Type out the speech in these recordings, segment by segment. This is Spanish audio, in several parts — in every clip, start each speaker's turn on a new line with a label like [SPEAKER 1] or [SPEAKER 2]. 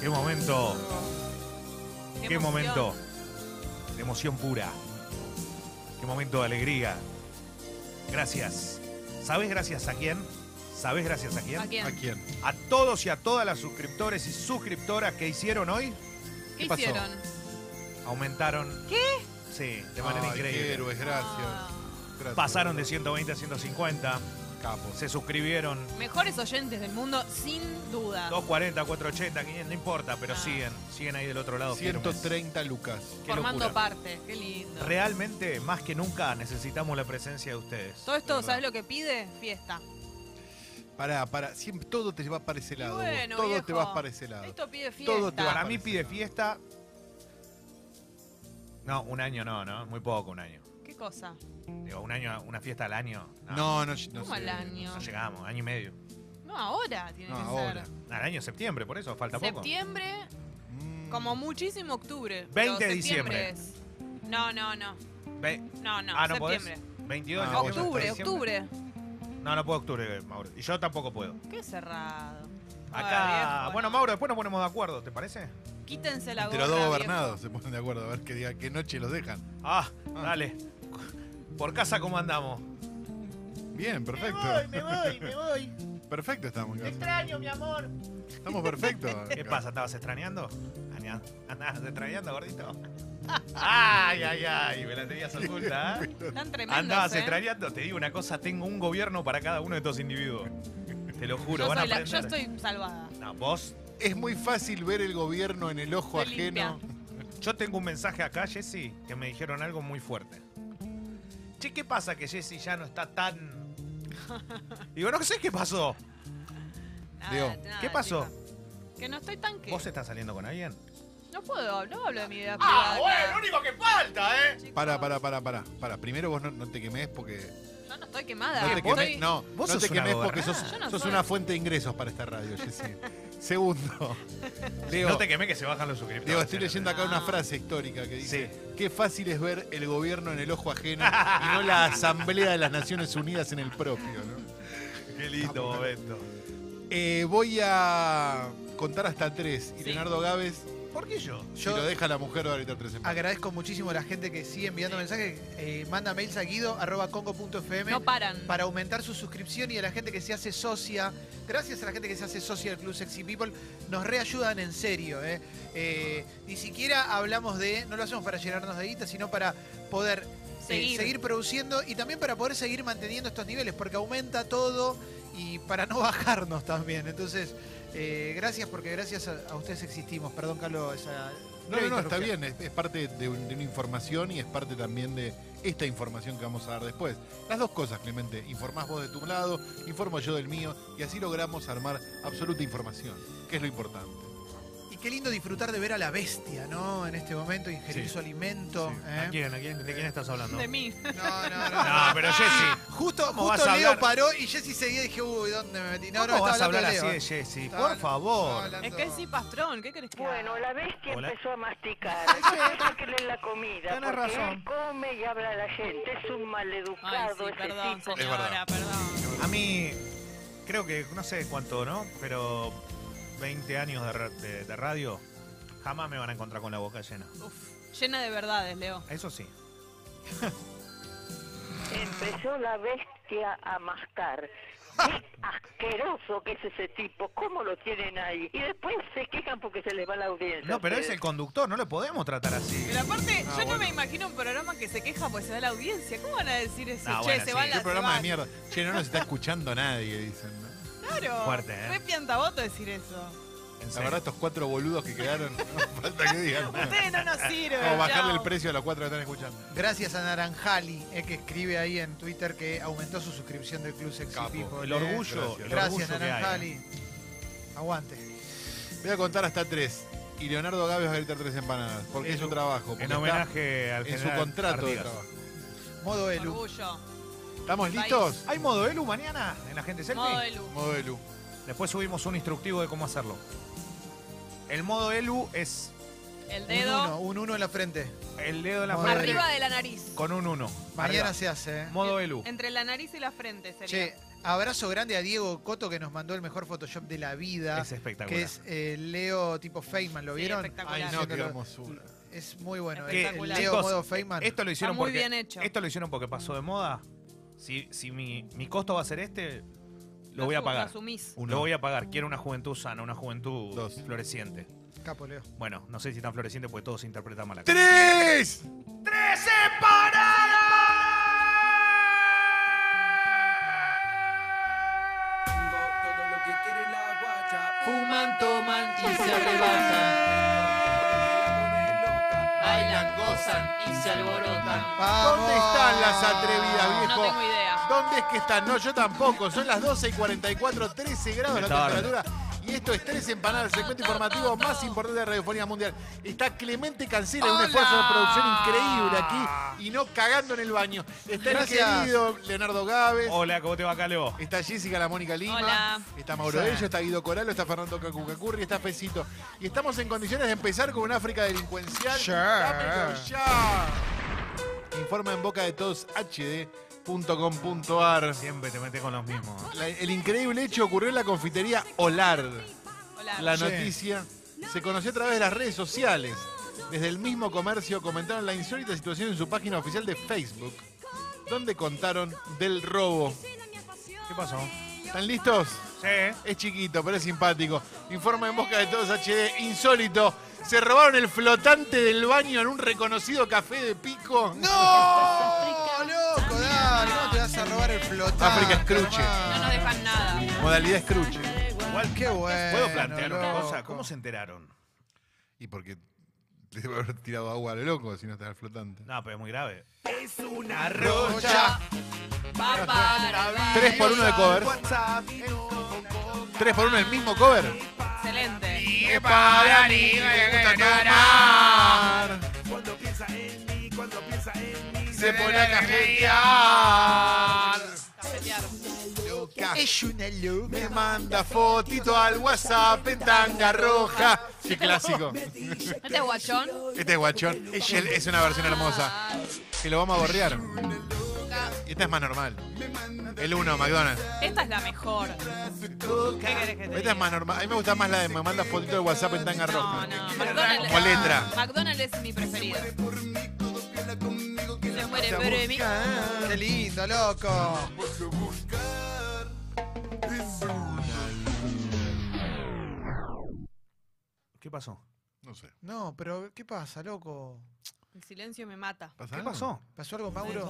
[SPEAKER 1] Qué momento,
[SPEAKER 2] Qué
[SPEAKER 1] qué
[SPEAKER 2] emoción.
[SPEAKER 1] momento de emoción pura. Qué momento de alegría. Gracias. ¿Sabés gracias a quién? ¿Sabés gracias a quién?
[SPEAKER 2] ¿A quién?
[SPEAKER 3] ¿A quién?
[SPEAKER 1] A todos y a todas las suscriptores y suscriptoras que hicieron hoy,
[SPEAKER 2] ¿Qué,
[SPEAKER 3] pasó?
[SPEAKER 2] hicieron?
[SPEAKER 1] aumentaron. ¿Qué? Sí, de manera
[SPEAKER 3] Ay,
[SPEAKER 1] increíble.
[SPEAKER 3] Qué Ah, héroes, gracias.
[SPEAKER 2] Ah,
[SPEAKER 3] Gracias.
[SPEAKER 1] Pasaron de 120 a 150,
[SPEAKER 3] capos.
[SPEAKER 1] se suscribieron
[SPEAKER 2] mejores oyentes del mundo, sin duda.
[SPEAKER 1] 240, 480, 500, no importa, pero
[SPEAKER 2] Ah.
[SPEAKER 1] siguen, siguen ahí del otro lado. firmes.
[SPEAKER 3] 130 lucas.
[SPEAKER 1] qué
[SPEAKER 2] formando
[SPEAKER 1] locura.
[SPEAKER 2] parte. Qué lindo.
[SPEAKER 1] Realmente, más que nunca, necesitamos la presencia de ustedes.
[SPEAKER 2] Todo esto,
[SPEAKER 1] De verdad.
[SPEAKER 2] ¿sabes lo que pide? Fiesta.
[SPEAKER 3] Pará, pará. Siempre todo te va para ese
[SPEAKER 2] Y
[SPEAKER 3] lado. vos.
[SPEAKER 2] bueno,
[SPEAKER 3] todo
[SPEAKER 2] viejo,
[SPEAKER 3] te vas para ese lado.
[SPEAKER 2] Esto pide fiesta.
[SPEAKER 3] Todo te va-
[SPEAKER 1] Para mí
[SPEAKER 3] Parece
[SPEAKER 1] pide
[SPEAKER 3] no.
[SPEAKER 1] fiesta. No, un año no, ¿no? Muy poco un año.
[SPEAKER 2] ¿Qué cosa?
[SPEAKER 1] Digo, un año, una fiesta al año. No, no,
[SPEAKER 3] No, no, no
[SPEAKER 2] ¿Cómo
[SPEAKER 3] sé.
[SPEAKER 2] al año?
[SPEAKER 1] llegamos, año y medio.
[SPEAKER 2] No, ahora tiene
[SPEAKER 3] No,
[SPEAKER 2] que
[SPEAKER 3] ahora.
[SPEAKER 2] ser.
[SPEAKER 1] Al año es septiembre, por eso falta poco.
[SPEAKER 2] Septiembre,
[SPEAKER 3] Mm.
[SPEAKER 2] como muchísimo octubre.
[SPEAKER 1] 20
[SPEAKER 2] pero
[SPEAKER 1] de
[SPEAKER 2] septiembre es. No, no, no.
[SPEAKER 1] Ve-
[SPEAKER 2] No, no.
[SPEAKER 1] ah, no podés.
[SPEAKER 2] septiembre.
[SPEAKER 1] 22
[SPEAKER 3] Ah,
[SPEAKER 1] de
[SPEAKER 3] vos ya
[SPEAKER 1] septiembre,
[SPEAKER 2] octubre,
[SPEAKER 3] estás
[SPEAKER 1] diciembre.
[SPEAKER 2] octubre.
[SPEAKER 1] No, no puedo octubre, Mauro. Y yo tampoco puedo.
[SPEAKER 2] Qué cerrado.
[SPEAKER 1] Acá.
[SPEAKER 2] Ah, viejo,
[SPEAKER 1] bueno,
[SPEAKER 2] no.
[SPEAKER 1] Mauro, después nos ponemos de acuerdo, ¿te parece?
[SPEAKER 2] Quítense la gorra.
[SPEAKER 3] Entre los dos
[SPEAKER 2] viejo.
[SPEAKER 3] gobernados se ponen de acuerdo a ver qué, día- qué noche los dejan.
[SPEAKER 1] Ah,
[SPEAKER 3] Ah.
[SPEAKER 1] dale. Por casa, ¿cómo andamos?
[SPEAKER 3] Bien, perfecto.
[SPEAKER 1] voy, me voy.
[SPEAKER 3] Perfecto estamos. en casa.
[SPEAKER 1] extraño, mi amor.
[SPEAKER 3] Estamos perfectos.
[SPEAKER 1] ¿Qué pasa? ¿Estabas extrañando? Aña- ¿Andabas extrañando, gordito? Ay, ay, ay, me la tenías oculta. ¿eh?
[SPEAKER 2] Están tremendos.
[SPEAKER 1] Andabas
[SPEAKER 2] ¿eh?
[SPEAKER 1] extrañando, te digo una cosa, tengo un gobierno para cada uno de estos individuos. Te lo juro,
[SPEAKER 2] Yo,
[SPEAKER 1] van a
[SPEAKER 2] soy la-
[SPEAKER 1] aprender.
[SPEAKER 2] yo estoy salvada.
[SPEAKER 1] No, vos,
[SPEAKER 3] Es muy fácil ver el gobierno en el ojo
[SPEAKER 2] Estoy limpia.
[SPEAKER 3] ajeno.
[SPEAKER 1] yo tengo un mensaje acá, Jessy, que me dijeron algo muy fuerte. Che, ¿qué pasa que Jessy ya no está tan... Digo, no sé qué pasó.
[SPEAKER 2] Nada,
[SPEAKER 3] Digo,
[SPEAKER 2] nada,
[SPEAKER 1] ¿Qué pasó?
[SPEAKER 2] chica. Que no estoy tan que.
[SPEAKER 1] ¿Vos estás saliendo con alguien?
[SPEAKER 2] No puedo, no hablo de mi
[SPEAKER 1] Ah,
[SPEAKER 2] vida
[SPEAKER 4] Ah,
[SPEAKER 2] privada.
[SPEAKER 1] único que falta, ¿eh?
[SPEAKER 2] Chicos,
[SPEAKER 3] Para, para, para, para. Para, primero vos no, no te quemes porque
[SPEAKER 2] Yo no estoy quemada.
[SPEAKER 3] No te
[SPEAKER 2] estoy-
[SPEAKER 3] quemes, no,
[SPEAKER 1] vos
[SPEAKER 3] no
[SPEAKER 1] sos
[SPEAKER 3] te
[SPEAKER 1] una
[SPEAKER 3] quemes porque
[SPEAKER 1] gobernada.
[SPEAKER 3] sos,
[SPEAKER 2] Ah, Yo no
[SPEAKER 3] sos
[SPEAKER 2] soy.
[SPEAKER 3] una fuente de ingresos para esta radio, Jessy. Segundo, Leo,
[SPEAKER 1] No te quemé que se bajan los suscriptores.
[SPEAKER 3] Leo, estoy leyendo acá una
[SPEAKER 2] No.
[SPEAKER 3] frase histórica que dice: Qué fácil es ver el gobierno en el ojo ajeno y no la Asamblea de las Naciones Unidas en el propio. ¿no?
[SPEAKER 1] Qué
[SPEAKER 5] Ah,
[SPEAKER 1] lindo momento.
[SPEAKER 3] Eh, voy a contar hasta tres. Y
[SPEAKER 2] Sí.
[SPEAKER 3] Leonardo Gávez,
[SPEAKER 1] ¿Por qué yo?
[SPEAKER 3] si
[SPEAKER 5] Yo
[SPEAKER 3] lo deja la mujer, va a gritar tres en paz.
[SPEAKER 5] agradezco muchísimo a la gente que sigue enviando mensajes. Eh, manda mails a guido arroba congo punto fm
[SPEAKER 2] No paran.
[SPEAKER 5] para aumentar su suscripción y a la gente que se hace socia. Gracias a la gente que se hace socia del Club Sexy People. Nos reayudan en serio. ¿eh? Eh, ni siquiera hablamos de, no lo hacemos para llenarnos de guita, sino para poder eh,
[SPEAKER 2] Seguir.
[SPEAKER 5] produciendo y también para poder seguir manteniendo estos niveles, porque aumenta todo y para no bajarnos también. Entonces, eh, gracias porque gracias a, a ustedes existimos. Perdón, Carlos, esa...
[SPEAKER 3] No, no, no, está
[SPEAKER 5] interrupción.
[SPEAKER 3] bien. Es, es parte de, un- de una información y es parte también de esta información que vamos a dar después. Las dos cosas, Clemente. Informás vos de tu lado, informo yo del mío y así logramos armar absoluta información, que es lo importante.
[SPEAKER 5] Y qué lindo disfrutar de ver a la bestia, ¿no? En este momento, ingerir
[SPEAKER 1] Sí.
[SPEAKER 5] su alimento.
[SPEAKER 3] Sí.
[SPEAKER 5] ¿eh?
[SPEAKER 1] ¿A quién? ¿A quién? ¿De quién estás hablando?
[SPEAKER 2] De mí.
[SPEAKER 5] No, no, no.
[SPEAKER 1] No, pero Jessy.
[SPEAKER 5] Justo,
[SPEAKER 1] ¿Cómo
[SPEAKER 5] justo
[SPEAKER 1] vas a
[SPEAKER 5] Leo
[SPEAKER 1] hablar?
[SPEAKER 5] paró y Jessy seguía y dije, uy, ¿dónde me metí? No, no,
[SPEAKER 1] ¿Cómo
[SPEAKER 5] estaba
[SPEAKER 1] vas a hablar
[SPEAKER 5] hablando de
[SPEAKER 1] así
[SPEAKER 5] Leo.
[SPEAKER 1] de Jessy?
[SPEAKER 5] Estaba-
[SPEAKER 1] Por favor.
[SPEAKER 5] estaba
[SPEAKER 2] Es que
[SPEAKER 5] hablando-
[SPEAKER 2] sí, pastrón. ¿Qué crees que haga?
[SPEAKER 6] Bueno, la bestia
[SPEAKER 1] Hola.
[SPEAKER 6] empezó a masticar. Sáquenle la comida.
[SPEAKER 1] Tenés
[SPEAKER 6] porque
[SPEAKER 1] razón.
[SPEAKER 6] él come y habla a la gente. Es un
[SPEAKER 2] Ay,
[SPEAKER 6] maleducado
[SPEAKER 2] sí,
[SPEAKER 6] ese
[SPEAKER 2] perdón,
[SPEAKER 6] este tipo.
[SPEAKER 2] señora,
[SPEAKER 3] verdad.
[SPEAKER 2] perdón.
[SPEAKER 1] A mí, creo que, no sé cuánto, ¿no? Pero 20 años de, ra- de- de radio, jamás me van a encontrar con la boca llena.
[SPEAKER 2] Uf, llena de verdades, Leo.
[SPEAKER 1] Eso sí.
[SPEAKER 6] Empezó la bestia a mascar. Qué asqueroso que es ese tipo. ¿Cómo lo tienen ahí? Y después se quejan porque se les va la audiencia.
[SPEAKER 1] No, pero es el
[SPEAKER 6] Ustedes.
[SPEAKER 1] conductor, no lo podemos tratar así.
[SPEAKER 2] Pero aparte, yo no
[SPEAKER 3] Ah, bueno.
[SPEAKER 2] me imagino un programa que se queja porque se da la audiencia. ¿Cómo van a decir eso?
[SPEAKER 1] Ah,
[SPEAKER 2] che,
[SPEAKER 1] bueno,
[SPEAKER 2] se
[SPEAKER 1] sí.
[SPEAKER 2] va
[SPEAKER 1] Qué
[SPEAKER 2] la
[SPEAKER 3] Qué
[SPEAKER 2] se
[SPEAKER 3] Este programa
[SPEAKER 2] va.
[SPEAKER 3] de mierda. Che, no nos está escuchando nadie, dicen. ¿no?
[SPEAKER 2] Claro.
[SPEAKER 1] Fuerte, ¿eh?
[SPEAKER 2] Re piantaboto decir eso.
[SPEAKER 1] En
[SPEAKER 3] La
[SPEAKER 1] serio.
[SPEAKER 3] verdad, estos cuatro boludos que quedaron, no falta que digan. nada.
[SPEAKER 2] Ustedes no nos sirven.
[SPEAKER 3] O bajarle el
[SPEAKER 2] chao.
[SPEAKER 3] precio a los cuatro que están escuchando.
[SPEAKER 5] Gracias a Naranjali, eh, que escribe ahí en Twitter que aumentó su suscripción del Club Sexy
[SPEAKER 3] Capo.
[SPEAKER 5] People.
[SPEAKER 1] el
[SPEAKER 5] ¿eh?
[SPEAKER 1] orgullo,
[SPEAKER 3] Gracias.
[SPEAKER 1] el
[SPEAKER 5] Gracias,
[SPEAKER 1] orgullo que hay. ¿eh?
[SPEAKER 5] Naranjali. Aguante.
[SPEAKER 3] Voy a contar hasta tres. Y Leonardo Gávez va a gritar tres empanadas, porque
[SPEAKER 1] En
[SPEAKER 3] es su
[SPEAKER 1] su-
[SPEAKER 3] trabajo. porque
[SPEAKER 1] En
[SPEAKER 3] está
[SPEAKER 1] homenaje al
[SPEAKER 3] en su
[SPEAKER 1] general
[SPEAKER 3] contrato de
[SPEAKER 1] Artigas.
[SPEAKER 3] trabajo.
[SPEAKER 5] Modo Elu.
[SPEAKER 2] Orgullo.
[SPEAKER 3] ¿Estamos
[SPEAKER 2] País.
[SPEAKER 3] listos?
[SPEAKER 1] ¿Hay modo Elu mañana en la gente selfie?
[SPEAKER 2] Modo Elu.
[SPEAKER 3] Modo Elu.
[SPEAKER 1] Después subimos un instructivo de cómo hacerlo. El modo Elu es
[SPEAKER 2] El
[SPEAKER 5] Un uno,
[SPEAKER 2] dedo
[SPEAKER 5] un uno en la frente.
[SPEAKER 1] el dedo de la
[SPEAKER 5] Modo
[SPEAKER 1] mano
[SPEAKER 2] arriba de la nariz.
[SPEAKER 1] con un 1.
[SPEAKER 5] Mañana se hace, ¿eh?
[SPEAKER 1] Modo Elu.
[SPEAKER 2] Entre la nariz y la frente sería.
[SPEAKER 5] Che, Abrazo grande a Diego Coto que nos mandó el mejor Photoshop de la vida.
[SPEAKER 1] Es espectacular.
[SPEAKER 5] que es eh, Leo tipo Feynman, ¿lo
[SPEAKER 2] Sí,
[SPEAKER 5] vieron?
[SPEAKER 2] espectacular.
[SPEAKER 3] Ay, no, qué
[SPEAKER 5] Haciéndolo-
[SPEAKER 3] hermosura.
[SPEAKER 5] Es muy bueno.
[SPEAKER 1] Que,
[SPEAKER 5] eh.
[SPEAKER 2] Espectacular.
[SPEAKER 5] Leo
[SPEAKER 1] chicos,
[SPEAKER 5] modo Feynman.
[SPEAKER 1] Esto lo hicieron
[SPEAKER 2] Está muy
[SPEAKER 1] porque.
[SPEAKER 2] bien hecho.
[SPEAKER 1] Esto lo hicieron porque pasó de moda. Si, si mi, mi costo va a ser este, lo
[SPEAKER 2] Lo
[SPEAKER 1] voy a
[SPEAKER 2] asu- Lo
[SPEAKER 1] pagar.
[SPEAKER 2] asumís.
[SPEAKER 3] Uno.
[SPEAKER 1] Lo voy a pagar. Quiero una juventud sana, una juventud
[SPEAKER 3] Dos.
[SPEAKER 1] floreciente.
[SPEAKER 5] Capo, Leo.
[SPEAKER 1] Bueno, no sé si tan floreciente porque todo se interpreta mal acá.
[SPEAKER 3] ¡Tres!
[SPEAKER 1] ¡Trece paradas!
[SPEAKER 7] Todo lo que quiere la guacha.
[SPEAKER 4] Fuman, toman y se arrebatan. Bailan, gozan y se alborotan.
[SPEAKER 3] ¿Dónde están las atrevidas,
[SPEAKER 2] No
[SPEAKER 3] viejo?
[SPEAKER 2] tengo idea.
[SPEAKER 3] ¿Dónde es que están? No, yo tampoco. Son las 12 y 44, 13 grados la
[SPEAKER 1] Tarde.
[SPEAKER 3] temperatura. Y esto es Tres Empanadas, el segmento informativo más importante de la radiofonía mundial. Está Clemente Cancela en un
[SPEAKER 2] Hola.
[SPEAKER 3] esfuerzo de producción increíble aquí y no cagando en el baño. Está
[SPEAKER 5] Gracias.
[SPEAKER 3] el querido Leonardo Gávez.
[SPEAKER 1] Hola, ¿cómo te va, Calvo?
[SPEAKER 3] Está Jessica, la Mónica Lima.
[SPEAKER 2] Hola.
[SPEAKER 3] Está Mauro
[SPEAKER 5] Sí.
[SPEAKER 3] Bello, está Guido Coralo, está Fernando Cacucacurri, está Fecito. Y estamos en condiciones de empezar con una África delincuencial.
[SPEAKER 5] Sí.
[SPEAKER 3] ¡Dámelo ya! Informa en boca de todos hd.com.ar.
[SPEAKER 1] Siempre te metes con los mismos.
[SPEAKER 3] La- el increíble hecho ocurrió en la confitería Olar.
[SPEAKER 2] Hola.
[SPEAKER 3] La
[SPEAKER 5] Sí.
[SPEAKER 3] noticia se conoció a través de las redes sociales. Desde el mismo comercio comentaron la insólita situación en su página oficial de Facebook, donde contaron del robo.
[SPEAKER 1] ¿Qué pasó?
[SPEAKER 3] ¿Están listos?
[SPEAKER 1] Sí.
[SPEAKER 3] Es chiquito, pero es simpático. Informa en boca de todos HD, insólito. Se robaron el flotante del baño en un reconocido café de pico.
[SPEAKER 5] ¡No! ¡Loco, dale! ¿Cómo te vas a robar el flotante?
[SPEAKER 3] África es cruche.
[SPEAKER 2] No nos
[SPEAKER 5] hermano?
[SPEAKER 2] dejan nada.
[SPEAKER 3] Modalidad escruche.
[SPEAKER 1] Igual,
[SPEAKER 5] Qué bueno.
[SPEAKER 1] ¿Puedo plantear una
[SPEAKER 5] loco.
[SPEAKER 1] cosa? ¿Cómo se enteraron?
[SPEAKER 3] Y porque te debe haber tirado agua a lo loco si no estás flotante.
[SPEAKER 1] No, pero es muy grave.
[SPEAKER 5] Rocha.
[SPEAKER 2] Va para la
[SPEAKER 3] 3 por 1 de cover. 3 por 1 el mismo cover.
[SPEAKER 2] Excelente.
[SPEAKER 3] para mí,
[SPEAKER 7] Cuando piensa en mí, cuando piensa en mí.
[SPEAKER 3] Se pone a cafetear.
[SPEAKER 2] Cafetear.
[SPEAKER 3] Loca.
[SPEAKER 5] Es una loca.
[SPEAKER 3] Me manda fotito al WhatsApp en tanga roja. Qué clásico.
[SPEAKER 2] ¿Este es guachón?
[SPEAKER 3] Este es guachón. Es, es una versión hermosa.
[SPEAKER 2] Ah,
[SPEAKER 3] Que lo vamos a borrear. Esta es más normal. El 1, McDonald's.
[SPEAKER 2] Esta es la mejor. ¿Qué querés que te
[SPEAKER 3] Esta
[SPEAKER 2] diga?
[SPEAKER 3] es más normal. A mí me gusta más la de me manda fotito al WhatsApp en tanga
[SPEAKER 2] No,
[SPEAKER 3] roja.
[SPEAKER 2] no. McDonald's,
[SPEAKER 3] Como letra.
[SPEAKER 2] McDonald's es mi preferido. Se muere por mí.
[SPEAKER 5] Qué lindo, loco.
[SPEAKER 1] ¿Qué pasó?
[SPEAKER 3] No sé.
[SPEAKER 5] No, pero ¿qué pasa, loco?
[SPEAKER 2] El silencio me mata.
[SPEAKER 5] Ah.
[SPEAKER 1] ¿Qué pasó?
[SPEAKER 5] ¿Pasó algo, Mauro?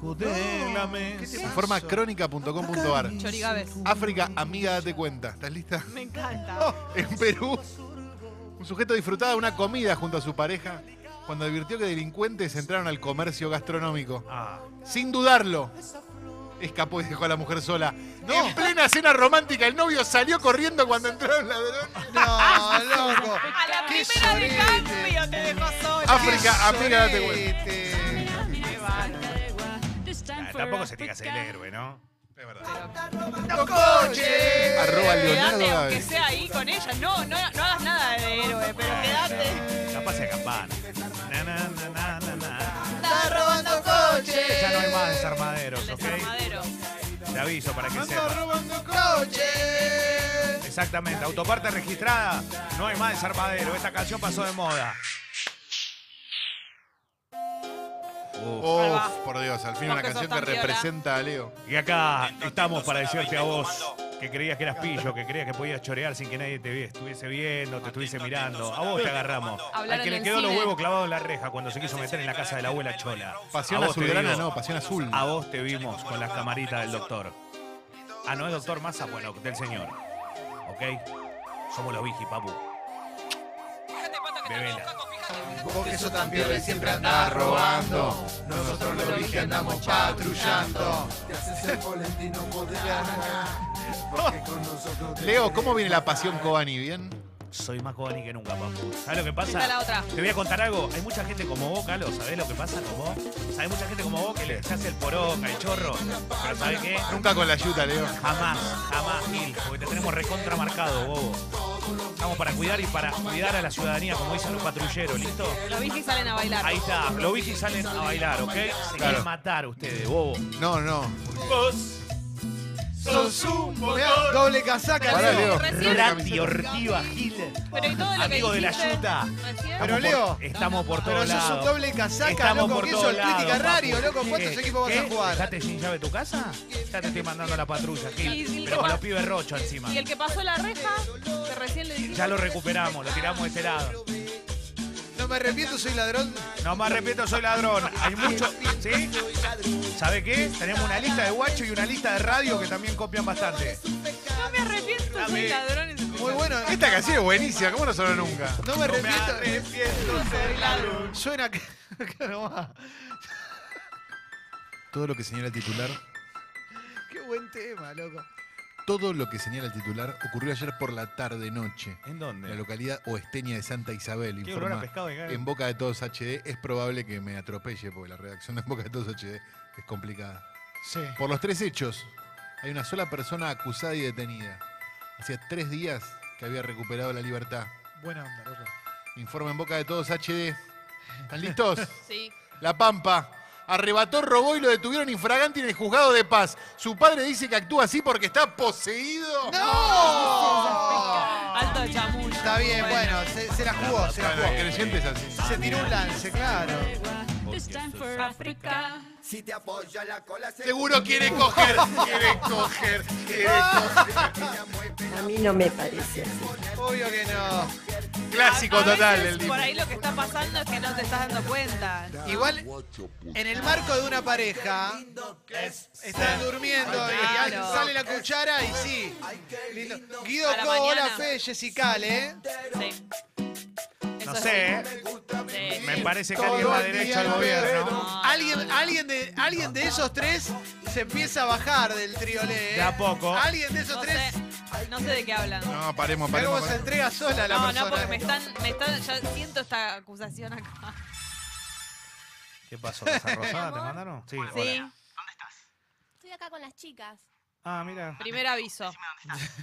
[SPEAKER 1] Joder, la
[SPEAKER 5] ¿Qué te pasa?
[SPEAKER 3] Informa crónica.com.ar.
[SPEAKER 2] Chorigabes.
[SPEAKER 3] África, amiga, date cuenta. ¿Estás lista?
[SPEAKER 2] Me encanta.
[SPEAKER 3] En Perú, un sujeto disfrutaba de una comida junto a su pareja cuando advirtió que delincuentes entraron al comercio gastronómico.
[SPEAKER 1] Ah,
[SPEAKER 3] Sin dudarlo, escapó y dejó a la mujer sola. En plena cena romántica, el novio salió corriendo cuando entró el ladrón.
[SPEAKER 5] No, loco.
[SPEAKER 2] A la
[SPEAKER 5] Qué
[SPEAKER 2] primera de
[SPEAKER 5] sorete.
[SPEAKER 2] cambio te dejó sola.
[SPEAKER 3] África, amiga, date cuenta.
[SPEAKER 5] cuenta.
[SPEAKER 2] Qué bárbaro.
[SPEAKER 1] ah, tampoco se tiene que hacer el héroe, ¿no?
[SPEAKER 3] Es verdad.
[SPEAKER 5] coche!
[SPEAKER 3] Arroba Leonardo
[SPEAKER 2] Quédate aunque
[SPEAKER 3] Gávez.
[SPEAKER 2] sea ahí con ella. No, no, no hagas nada de héroe, pero quédate.
[SPEAKER 1] Capaz se acampan. Na, na, na, na, na, na.
[SPEAKER 5] ¡Está robando coche!
[SPEAKER 1] Ya no hay más desarmaderos,
[SPEAKER 2] El
[SPEAKER 1] ¿ok?
[SPEAKER 2] desarmadero.
[SPEAKER 1] Te aviso para que
[SPEAKER 3] Anda
[SPEAKER 1] sepas.
[SPEAKER 3] robando co-
[SPEAKER 5] ¡Coche!
[SPEAKER 1] Exactamente, autoparte registrada. No hay más desarmadero. Esta canción pasó de moda. Uf.
[SPEAKER 3] Uf, por Dios, al fin
[SPEAKER 2] Vos
[SPEAKER 3] una
[SPEAKER 2] que sos
[SPEAKER 3] canción que
[SPEAKER 2] tan piola.
[SPEAKER 3] representa a Leo.
[SPEAKER 1] Y acá estamos para decirte a vos que creías que eras pillo, que creías que podías chorear sin que nadie te vi- estuviese viendo, te estuviese mirando. A vos te agarramos.
[SPEAKER 2] Hablar
[SPEAKER 1] Al que
[SPEAKER 2] en
[SPEAKER 1] le
[SPEAKER 2] el
[SPEAKER 1] quedó los
[SPEAKER 2] cine.
[SPEAKER 1] huevos clavados en la reja cuando se quiso meter en la casa de la abuela Chola.
[SPEAKER 3] Pasión
[SPEAKER 1] A vos te
[SPEAKER 3] azulgrana,
[SPEAKER 1] digo,
[SPEAKER 3] no, pasión azul.
[SPEAKER 1] A vos te vimos con las camaritas del doctor. Ah, no es doctor Massa, bueno, del señor. ¿Ok? Somos los Vigi, papu. Bebela.
[SPEAKER 5] Vos que eso también
[SPEAKER 4] piola y siempre andás robando. Nosotros los vigía andamos patrullando.
[SPEAKER 7] Te haces el boletín, no podés ganar. Porque con nosotros te
[SPEAKER 3] Leo, ¿cómo viene la pasión Cobani? ¿Bien?
[SPEAKER 1] Soy más cobani que nunca, papu. ¿Sabes lo que pasa?
[SPEAKER 2] Está la otra.
[SPEAKER 1] Te voy a contar algo. Hay mucha gente como vos, Calo. ¿Sabés lo que pasa con vos? Hay mucha gente como vos que le hace el poroca, el chorro. Pero ¿sabés qué?
[SPEAKER 3] Nunca con la ayuda, Leo.
[SPEAKER 1] Jamás, jamás, Gil, porque te tenemos recontramarcado, bobo. Estamos para cuidar y para cuidar a la ciudadanía, como dicen los patrulleros, ¿listo?
[SPEAKER 2] Los bichis salen a bailar.
[SPEAKER 1] Ahí está, lo vi y salen a bailar, ¿ok? Se
[SPEAKER 3] Claro.
[SPEAKER 1] quieren matar ustedes, bobo.
[SPEAKER 3] No, no.
[SPEAKER 1] Vos
[SPEAKER 4] Sos un
[SPEAKER 5] Mirá,
[SPEAKER 4] motor.
[SPEAKER 5] Doble casaca,
[SPEAKER 3] Pará,
[SPEAKER 5] Leo.
[SPEAKER 3] Leo.
[SPEAKER 2] Recién-
[SPEAKER 1] Rati, Ortiva, Gil,
[SPEAKER 2] Pero y todo lo
[SPEAKER 1] amigo
[SPEAKER 2] que
[SPEAKER 1] de la
[SPEAKER 2] hiciste
[SPEAKER 1] yuta.
[SPEAKER 2] recién,
[SPEAKER 5] Pero,
[SPEAKER 1] Estamos
[SPEAKER 5] Leo,
[SPEAKER 1] por- estamos por
[SPEAKER 5] Pero
[SPEAKER 1] todos
[SPEAKER 5] sos un
[SPEAKER 1] lados.
[SPEAKER 5] doble casaca,
[SPEAKER 1] Estamos
[SPEAKER 5] loco.
[SPEAKER 1] por
[SPEAKER 5] ¿Qué
[SPEAKER 1] todos
[SPEAKER 5] sos crítica
[SPEAKER 1] lados,
[SPEAKER 5] radio,
[SPEAKER 1] papu.
[SPEAKER 5] loco? ¿Cuántos
[SPEAKER 1] ¿Qué?
[SPEAKER 5] equipos vas
[SPEAKER 1] ¿Qué?
[SPEAKER 5] a jugar?
[SPEAKER 1] ¿Dejaste sin llave tu casa? Ya te estoy mandando a la patrulla,
[SPEAKER 2] Y-
[SPEAKER 1] Gil.
[SPEAKER 2] y-
[SPEAKER 1] Pero con los pibes rochos encima.
[SPEAKER 2] Y el que pasó la reja, que recién le dijiste.
[SPEAKER 1] Ya lo recuperamos, lo tiramos de este lado.
[SPEAKER 5] No me arrepiento, soy ladrón.
[SPEAKER 1] No más respeto, soy ladrón. Hay mucho. ¿Sí? ¿Sabe qué? Tenemos una lista de guacho y una lista de radio que también copian bastante.
[SPEAKER 2] No me arrepiento, soy
[SPEAKER 1] Dame.
[SPEAKER 2] ladrón. es
[SPEAKER 5] Muy bueno. eh.
[SPEAKER 3] Esta canción es buenísima, ¿cómo no sonó nunca?
[SPEAKER 5] No me
[SPEAKER 1] No me
[SPEAKER 5] arrepiento.
[SPEAKER 1] arrepiento, soy ladrón.
[SPEAKER 5] Suena acá acá nomás.
[SPEAKER 3] Todo lo que señala el titular,
[SPEAKER 5] Qué buen tema, loco.
[SPEAKER 3] todo lo que señala el titular ocurrió ayer por la tarde noche.
[SPEAKER 1] ¿En
[SPEAKER 3] En la
[SPEAKER 1] dónde?
[SPEAKER 3] localidad oesteña de Santa Isabel,
[SPEAKER 1] Qué olor a
[SPEAKER 3] informa
[SPEAKER 1] pescado de
[SPEAKER 3] en Boca de Todos HD. Es probable que me atropelle porque la redacción de Boca de Todos HD es complicada.
[SPEAKER 5] Sí.
[SPEAKER 3] Por los tres hechos, hay una sola persona acusada y detenida. Hacía tres días que había recuperado la libertad.
[SPEAKER 5] Buena onda, loco.
[SPEAKER 3] Informa en Boca de Todos HD. ¿Están listos?
[SPEAKER 2] Sí.
[SPEAKER 3] La Pampa. Arrebató, robó y lo detuvieron infragante en el juzgado de paz. Su padre dice que actúa así porque está poseído.
[SPEAKER 5] ¡No!
[SPEAKER 2] Alto chamuyo.
[SPEAKER 5] Está bien, bueno, se, se la jugó, se la
[SPEAKER 3] Bueno,
[SPEAKER 5] jugó.
[SPEAKER 3] creyentes así.
[SPEAKER 5] Se tiró un lance, claro.
[SPEAKER 8] This Este time for Africa.
[SPEAKER 7] Si te apoya la cola,
[SPEAKER 3] Seguro quiere coger, quiere coger, quiere coger.
[SPEAKER 9] A mí no me parece así.
[SPEAKER 5] Obvio que no.
[SPEAKER 3] Clásico
[SPEAKER 2] A- a
[SPEAKER 3] total
[SPEAKER 2] veces
[SPEAKER 3] el
[SPEAKER 2] Por
[SPEAKER 3] disco.
[SPEAKER 2] ahí lo que está pasando es que no te estás dando cuenta.
[SPEAKER 5] Igual, en el marco de una pareja, están durmiendo y
[SPEAKER 2] Claro.
[SPEAKER 5] alguien sale la cuchara y sí. Lindo. Guido
[SPEAKER 2] Para
[SPEAKER 5] Co, hola
[SPEAKER 2] mañana.
[SPEAKER 5] Fe, Jessica, ¿eh?
[SPEAKER 2] Sí. Eso
[SPEAKER 1] No
[SPEAKER 2] es-
[SPEAKER 1] sé, ¿eh?
[SPEAKER 2] Sí.
[SPEAKER 1] me parece que
[SPEAKER 5] Todo
[SPEAKER 1] alguien va
[SPEAKER 5] el
[SPEAKER 1] derecho
[SPEAKER 5] día
[SPEAKER 1] al
[SPEAKER 5] lo
[SPEAKER 1] gobierno.
[SPEAKER 2] No.
[SPEAKER 5] Alguien, alguien, de, alguien de esos tres se empieza a bajar del triolé. ¿eh?
[SPEAKER 1] De a poco.
[SPEAKER 5] Alguien de esos
[SPEAKER 2] No
[SPEAKER 5] tres.
[SPEAKER 2] sé, no sé de qué hablan. No,
[SPEAKER 3] No, paremos,
[SPEAKER 5] Mirá
[SPEAKER 3] paremos.
[SPEAKER 5] cómo se
[SPEAKER 3] paremos.
[SPEAKER 5] entrega sola la
[SPEAKER 2] no,
[SPEAKER 5] persona.
[SPEAKER 2] porque
[SPEAKER 5] ¿eh?
[SPEAKER 2] me están, me están, ya siento esta acusación acá.
[SPEAKER 1] ¿Qué pasó? ¿Casa Rosada te mandaron? Sí.
[SPEAKER 2] Sí,
[SPEAKER 1] hola.
[SPEAKER 10] Estoy acá con las chicas.
[SPEAKER 1] Ah, mira.
[SPEAKER 2] primer aviso.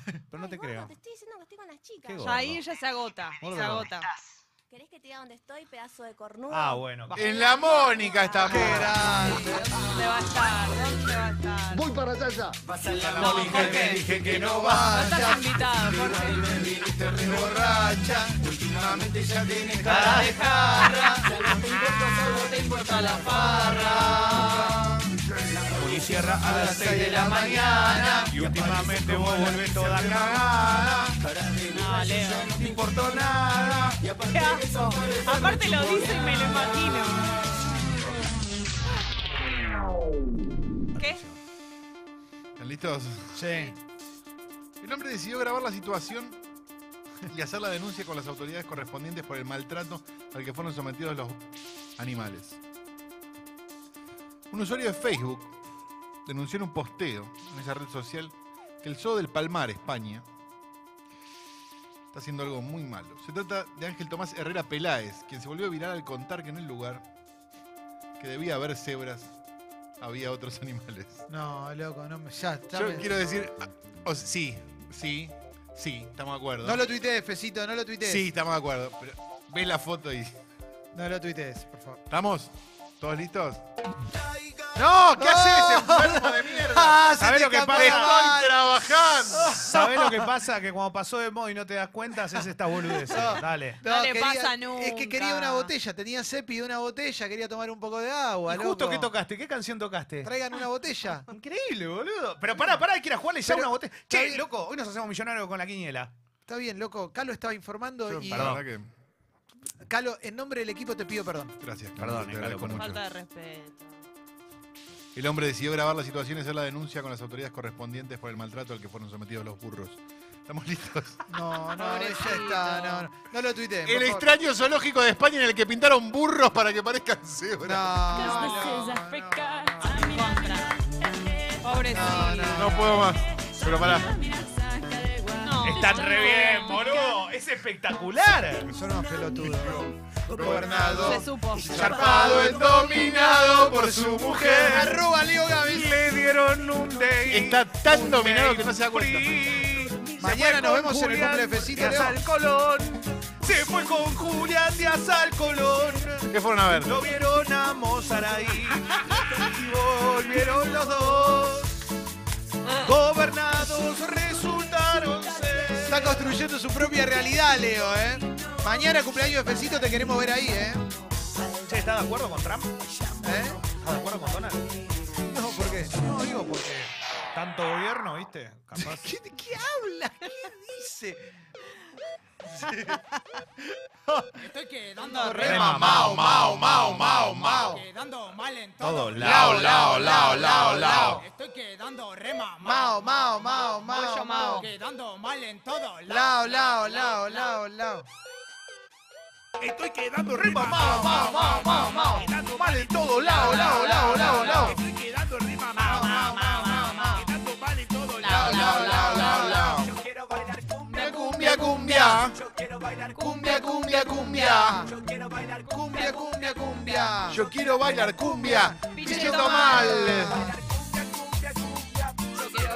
[SPEAKER 1] Pero no
[SPEAKER 10] Ay,
[SPEAKER 1] te
[SPEAKER 10] gordo,
[SPEAKER 1] creo.
[SPEAKER 10] Te estoy diciendo que estoy con las
[SPEAKER 1] Qué
[SPEAKER 10] chicas.
[SPEAKER 1] gordo.
[SPEAKER 2] Ya ahí ya se agota,
[SPEAKER 1] Gordo.
[SPEAKER 2] se agota.
[SPEAKER 10] ¿Querés que te diga dónde estoy, pedazo de cornudo?
[SPEAKER 1] Ah, bueno. ¿qué?
[SPEAKER 3] En la Mónica estamos.
[SPEAKER 5] Qué grande.
[SPEAKER 2] ¿Dónde va a estar? ¿Dónde va a estar?
[SPEAKER 7] Voy para allá ya.
[SPEAKER 3] En la
[SPEAKER 2] No,
[SPEAKER 3] Mónica
[SPEAKER 2] Jorge.
[SPEAKER 3] me dije que no
[SPEAKER 2] No
[SPEAKER 3] va.
[SPEAKER 2] estás invitado, Jorge.
[SPEAKER 3] Me viniste re borracha. Últimamente ya tienes cara de
[SPEAKER 1] Y cierra a las 6 de la mañana. Y últimamente vos volvés toda cagada.
[SPEAKER 2] No, Leo.
[SPEAKER 1] No importó nada.
[SPEAKER 2] Qué asco. Aparte lo dice y me lo imagino. ¿Qué?
[SPEAKER 3] ¿Están listos?
[SPEAKER 5] Sí.
[SPEAKER 3] El hombre decidió grabar la situación y hacer la denuncia con las autoridades correspondientes por el maltrato al que fueron sometidos los animales. Un usuario de Facebook denunció en un posteo en esa red social que el zoo del Palmar, España, está haciendo algo muy malo. Se trata de Ángel Tomás Herrera Peláez, quien se volvió viral al contar que en el lugar que debía haber cebras había otros animales.
[SPEAKER 5] No, loco, no me. Ya, ya
[SPEAKER 3] Yo
[SPEAKER 5] me-
[SPEAKER 3] quiero decir, ah, o sea, sí, sí, sí, estamos de acuerdo.
[SPEAKER 5] No lo tuitees, Fecito, no lo tuitees.
[SPEAKER 3] sí, estamos de acuerdo. Pero ves la foto y.
[SPEAKER 5] No lo tuitees, por favor.
[SPEAKER 3] ¿Estamos? ¿Todos listos? ¡No! ¿Qué
[SPEAKER 1] Ah.
[SPEAKER 3] haces, enfermo de mierda?
[SPEAKER 5] ¡Ah!
[SPEAKER 1] ¿Sabés lo que pasa?
[SPEAKER 3] ¡Estoy trabajando!
[SPEAKER 1] ¿Sabés lo que pasa? Que cuando pasó de moda y no te das cuenta, haces esta boludez. Dale.
[SPEAKER 2] No le pasa nunca.
[SPEAKER 5] Es que quería una botella, tenía cepi de una botella, quería tomar un poco de agua.
[SPEAKER 1] Y justo
[SPEAKER 5] loco.
[SPEAKER 1] que tocaste, ¿qué canción tocaste?
[SPEAKER 5] Traigan una botella.
[SPEAKER 1] Increíble, boludo. Pero pará, pará, hay que ir a jugarle ya
[SPEAKER 5] Pero-
[SPEAKER 1] una botella.
[SPEAKER 5] está
[SPEAKER 1] Che,
[SPEAKER 5] bien.
[SPEAKER 1] loco, hoy nos hacemos millonarios con la quiniela.
[SPEAKER 5] Está bien, loco. Calo estaba informando y.
[SPEAKER 1] perdón.
[SPEAKER 5] Calo, en nombre del equipo te pido perdón.
[SPEAKER 3] Gracias,
[SPEAKER 1] Perdón,
[SPEAKER 3] Carlos, te
[SPEAKER 1] Carlos,
[SPEAKER 3] agradezco
[SPEAKER 1] perdón.
[SPEAKER 3] mucho.
[SPEAKER 2] Falta de respeto.
[SPEAKER 3] El hombre decidió grabar la situación y hacer la denuncia con las autoridades correspondientes por el maltrato al que fueron sometidos los burros. ¿Estamos listos?
[SPEAKER 5] No, no, ya
[SPEAKER 2] Pobrecito.
[SPEAKER 5] está. No, no, no lo tuitees.
[SPEAKER 3] El
[SPEAKER 5] por favor.
[SPEAKER 3] extraño zoológico de España en el que pintaron burros para que parezcan cebras.
[SPEAKER 5] No,
[SPEAKER 8] Cause this
[SPEAKER 5] no,
[SPEAKER 8] is
[SPEAKER 5] no,
[SPEAKER 8] Africa.
[SPEAKER 5] no.
[SPEAKER 8] I'm in
[SPEAKER 2] Contra. Pobrecito.
[SPEAKER 3] No, puedo más. Pero pará.
[SPEAKER 2] No,
[SPEAKER 1] Están
[SPEAKER 2] no.
[SPEAKER 1] re bien, boludo. Es espectacular.
[SPEAKER 5] Son unos pelotudos.
[SPEAKER 3] Gobernado.
[SPEAKER 2] Se supo.
[SPEAKER 3] Zarpado el dominado por su mujer.
[SPEAKER 5] Arroba Leo Gaby.
[SPEAKER 1] Le dieron un day.
[SPEAKER 3] Está tan dominado que no se da cuenta.
[SPEAKER 5] Mañana nos vemos en el cumple de Fecito,
[SPEAKER 1] Díaz
[SPEAKER 5] Leo.
[SPEAKER 1] al Colón. Se fue con Julián Díaz al Colón.
[SPEAKER 3] ¿Qué fueron a ver?
[SPEAKER 1] Lo vieron a Mozaraí. Y volvieron los dos.
[SPEAKER 5] Gobernados resultaron ser. Está construyendo su propia realidad, Leo, ¿eh? Mañana cumpleaños de Fecito, te queremos ver ahí, ¿eh?
[SPEAKER 1] Che, ¿estás de acuerdo con Trump?
[SPEAKER 5] ¿Eh?
[SPEAKER 1] ¿Estás de acuerdo con Donald?
[SPEAKER 5] No, ¿por qué? No, digo, ¿por qué?
[SPEAKER 1] Tanto gobierno, ¿viste? Capaz.
[SPEAKER 5] ¿Qué, qué habla? ¿Qué dice?
[SPEAKER 4] Estoy quedando
[SPEAKER 1] re
[SPEAKER 4] re
[SPEAKER 1] mamao,
[SPEAKER 4] mamao, mao, mao, mao, mao. Quedando mal en todo. Lao, lao, lao, lao, lao. Estoy quedando re mamao.
[SPEAKER 5] Mao, mao, mao, mao,
[SPEAKER 2] Pollo
[SPEAKER 5] mao.
[SPEAKER 2] mao.
[SPEAKER 4] Quedando mal en todo.
[SPEAKER 5] Lao, lao, lao, lao, lao.
[SPEAKER 1] Estoy quedando re
[SPEAKER 5] Mao, mao, mao, mao, mao.
[SPEAKER 1] Quedando
[SPEAKER 5] Mal en todo, lao, lao, lao, lao, lao.
[SPEAKER 1] Estoy quedando re mamao, mao, mao, mao, mao. Quedando mal en todo lado.
[SPEAKER 4] lao, lao, lao, lao.
[SPEAKER 1] Yo quiero bailar cumbia,
[SPEAKER 5] Cumbia, cumbia.
[SPEAKER 1] Yo quiero bailar
[SPEAKER 5] Cumbia, cumbia, cumbia.
[SPEAKER 1] Yo quiero bailar
[SPEAKER 5] Cumbia, cumbia, cumbia.
[SPEAKER 3] Yo quiero bailar cumbia.
[SPEAKER 5] Picheto mal.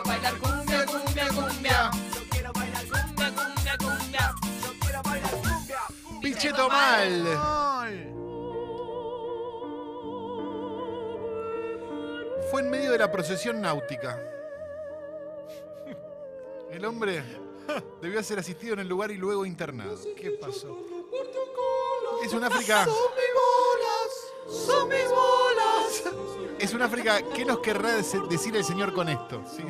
[SPEAKER 1] Bailar cumbia, cumbia, cumbia.
[SPEAKER 2] Yo quiero bailar cumbia, cumbia, cumbia. Yo quiero bailar cumbia, cumbia, cumbia.
[SPEAKER 1] Yo quiero bailar cumbia.
[SPEAKER 3] Picheto mal.
[SPEAKER 5] Mal.
[SPEAKER 3] Fue en medio de la procesión náutica. El hombre debió ser asistido en el lugar y luego internado.
[SPEAKER 5] ¿Qué pasó?
[SPEAKER 3] Es un África.
[SPEAKER 5] Son mis bolas.
[SPEAKER 3] Es un África. ¿Qué nos querrá des- decir el señor con esto? Sí.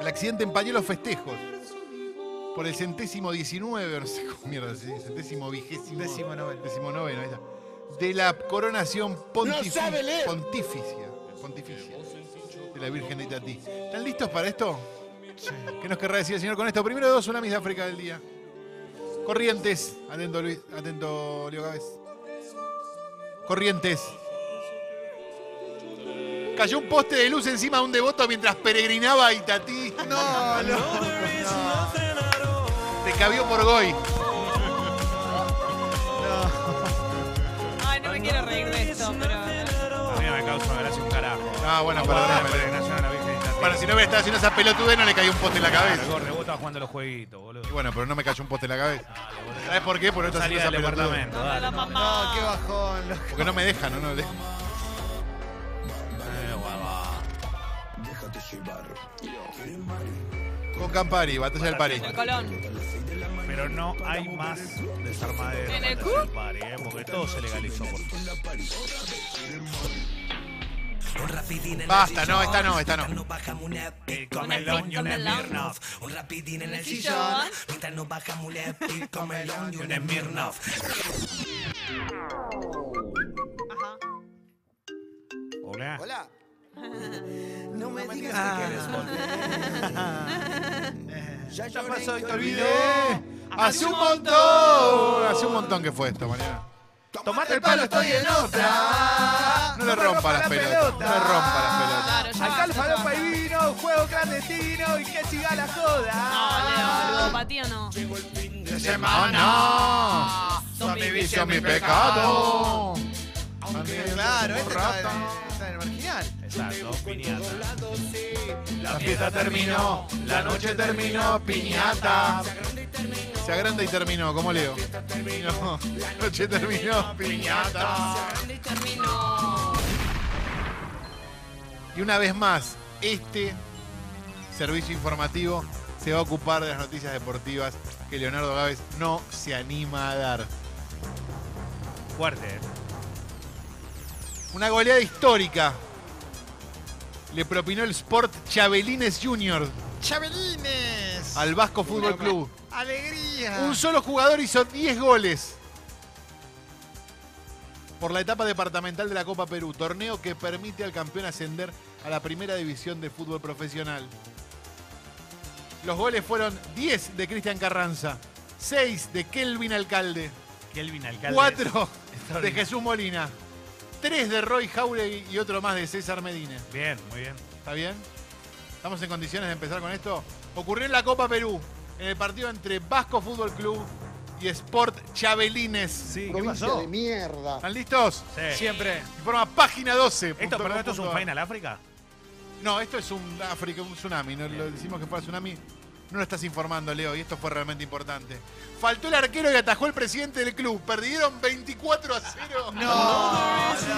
[SPEAKER 3] El accidente empañó los festejos. Por el centésimo 19, no sé cómo mierda, sí, centésimo vigésimo.
[SPEAKER 5] Décimo noveno.
[SPEAKER 3] Décimo noveno, ahí está. De la coronación pontifi-
[SPEAKER 7] sabe leer.
[SPEAKER 3] pontificia. Pontificia. De la Virgen de Itatí. ¿Están listos para esto? ¿Qué nos querrá decir el señor con esto? Primero dos tsunamis de África del día. Corrientes. Atento, Luis. Atento, Leo Gávez. Corrientes. Cayó un poste de luz encima de un devoto mientras peregrinaba a Itatí.
[SPEAKER 5] No, no.
[SPEAKER 3] Te cabió por Goy.
[SPEAKER 2] Ay, no me quiero reír de esto, pero.
[SPEAKER 1] A mí no me causa gracia un carajo.
[SPEAKER 3] Ah, bueno,
[SPEAKER 1] para
[SPEAKER 3] perdóname,
[SPEAKER 1] la peregrinación a la Virgen de Itatí.
[SPEAKER 3] Bueno, si no hubiera estado haciendo esa pelotude, no le cayó un poste en la cabeza.
[SPEAKER 1] Claro, gordo, vos estabas jugando a los jueguitos, boludo.
[SPEAKER 3] Y bueno, pero no me cayó un poste en la cabeza.
[SPEAKER 1] Dale, boludo.
[SPEAKER 3] ¿Sabes por qué? Por no estar
[SPEAKER 1] Salí
[SPEAKER 3] haciendo
[SPEAKER 1] del
[SPEAKER 3] esa pelotudez.
[SPEAKER 1] departamento,
[SPEAKER 2] La
[SPEAKER 1] dale.
[SPEAKER 5] No, qué
[SPEAKER 2] mamá.
[SPEAKER 5] bajón. loco.
[SPEAKER 3] Porque no me dejan, ¿no? no de-
[SPEAKER 1] Eh, guava.
[SPEAKER 3] Con Campari, batalla del Pari.
[SPEAKER 2] El Colón.
[SPEAKER 1] Pero no hay más desarmadero.
[SPEAKER 2] ¿En el
[SPEAKER 1] para
[SPEAKER 2] cu?
[SPEAKER 1] hacer party, eh, Porque todo se legalizó por
[SPEAKER 3] Basta, no, esta no, esta no.
[SPEAKER 1] Eh, El comelón y un Smirnoff.
[SPEAKER 2] El sillón.
[SPEAKER 1] Comelón y un Smirnoff.
[SPEAKER 2] Ajá.
[SPEAKER 1] Hola.
[SPEAKER 7] Hola.
[SPEAKER 4] No me digas
[SPEAKER 5] que querés
[SPEAKER 4] Ya
[SPEAKER 1] lloré y te
[SPEAKER 3] Olvidé. Hace un montón. Hace un montón que fue esto, mañana.
[SPEAKER 1] Tomate el
[SPEAKER 5] Palo, estoy en otra.
[SPEAKER 3] No le rompa las pelotas. No le rompa las
[SPEAKER 2] Claro,
[SPEAKER 3] pelotas.
[SPEAKER 2] ya
[SPEAKER 5] Acá
[SPEAKER 2] basta,
[SPEAKER 5] el
[SPEAKER 2] ya
[SPEAKER 5] falopa
[SPEAKER 2] basta.
[SPEAKER 5] y vino, juego clandestino y que siga la
[SPEAKER 2] No,
[SPEAKER 3] Ah.
[SPEAKER 2] Leo,
[SPEAKER 5] joda.
[SPEAKER 2] ludopatía no.
[SPEAKER 3] De semana. Son mi vicio, mi pecado.
[SPEAKER 5] Claro, este está, en- está en el marginal.
[SPEAKER 1] Exacto, piñata.
[SPEAKER 3] La fiesta terminó, la noche terminó, piñata. Se agranda y terminó, ¿cómo leo? Terminó, la noche terminó, piñata.
[SPEAKER 2] Y termino.
[SPEAKER 3] Y una vez más, este servicio informativo se va a ocupar de las noticias deportivas que Leonardo Gávez no se anima a dar.
[SPEAKER 1] Fuerte. eh.
[SPEAKER 3] Una goleada histórica le propinó el Sport Chabelines Junior
[SPEAKER 5] Chabelines.
[SPEAKER 3] al Vasco Fútbol Club.
[SPEAKER 5] Alegría.
[SPEAKER 3] Un solo jugador hizo 10 goles. Por la etapa departamental de la Copa Perú, torneo que permite al campeón ascender a la primera división de fútbol profesional. Los goles fueron 10 de Cristian Carranza, 6 de Kelvin Alcalde,
[SPEAKER 1] Kelvin Alcalde.
[SPEAKER 3] 4 de
[SPEAKER 1] Extraordinario.
[SPEAKER 3] Jesús Molina, 3 de Roy Jauregui y otro más de César Medina.
[SPEAKER 1] Bien, muy bien.
[SPEAKER 3] ¿Está bien? ¿Estamos en condiciones de empezar con esto? Ocurrió en la Copa Perú, en el partido entre Vasco Fútbol Club y Sport Chabelines.
[SPEAKER 1] Sí, ¿qué pasó? Sí.
[SPEAKER 7] mierda.
[SPEAKER 3] ¿Están listos?
[SPEAKER 5] Siempre.
[SPEAKER 3] Informa página 12.
[SPEAKER 1] Esto, perdón, esto es un
[SPEAKER 3] Punto-
[SPEAKER 1] Final África.
[SPEAKER 3] No, esto es un África, un tsunami. No lo decimos que fuera tsunami. No lo estás informando, Leo, y esto fue realmente importante. Faltó el arquero y atajó el presidente del club. Perdieron 24 a 0.
[SPEAKER 5] No, no,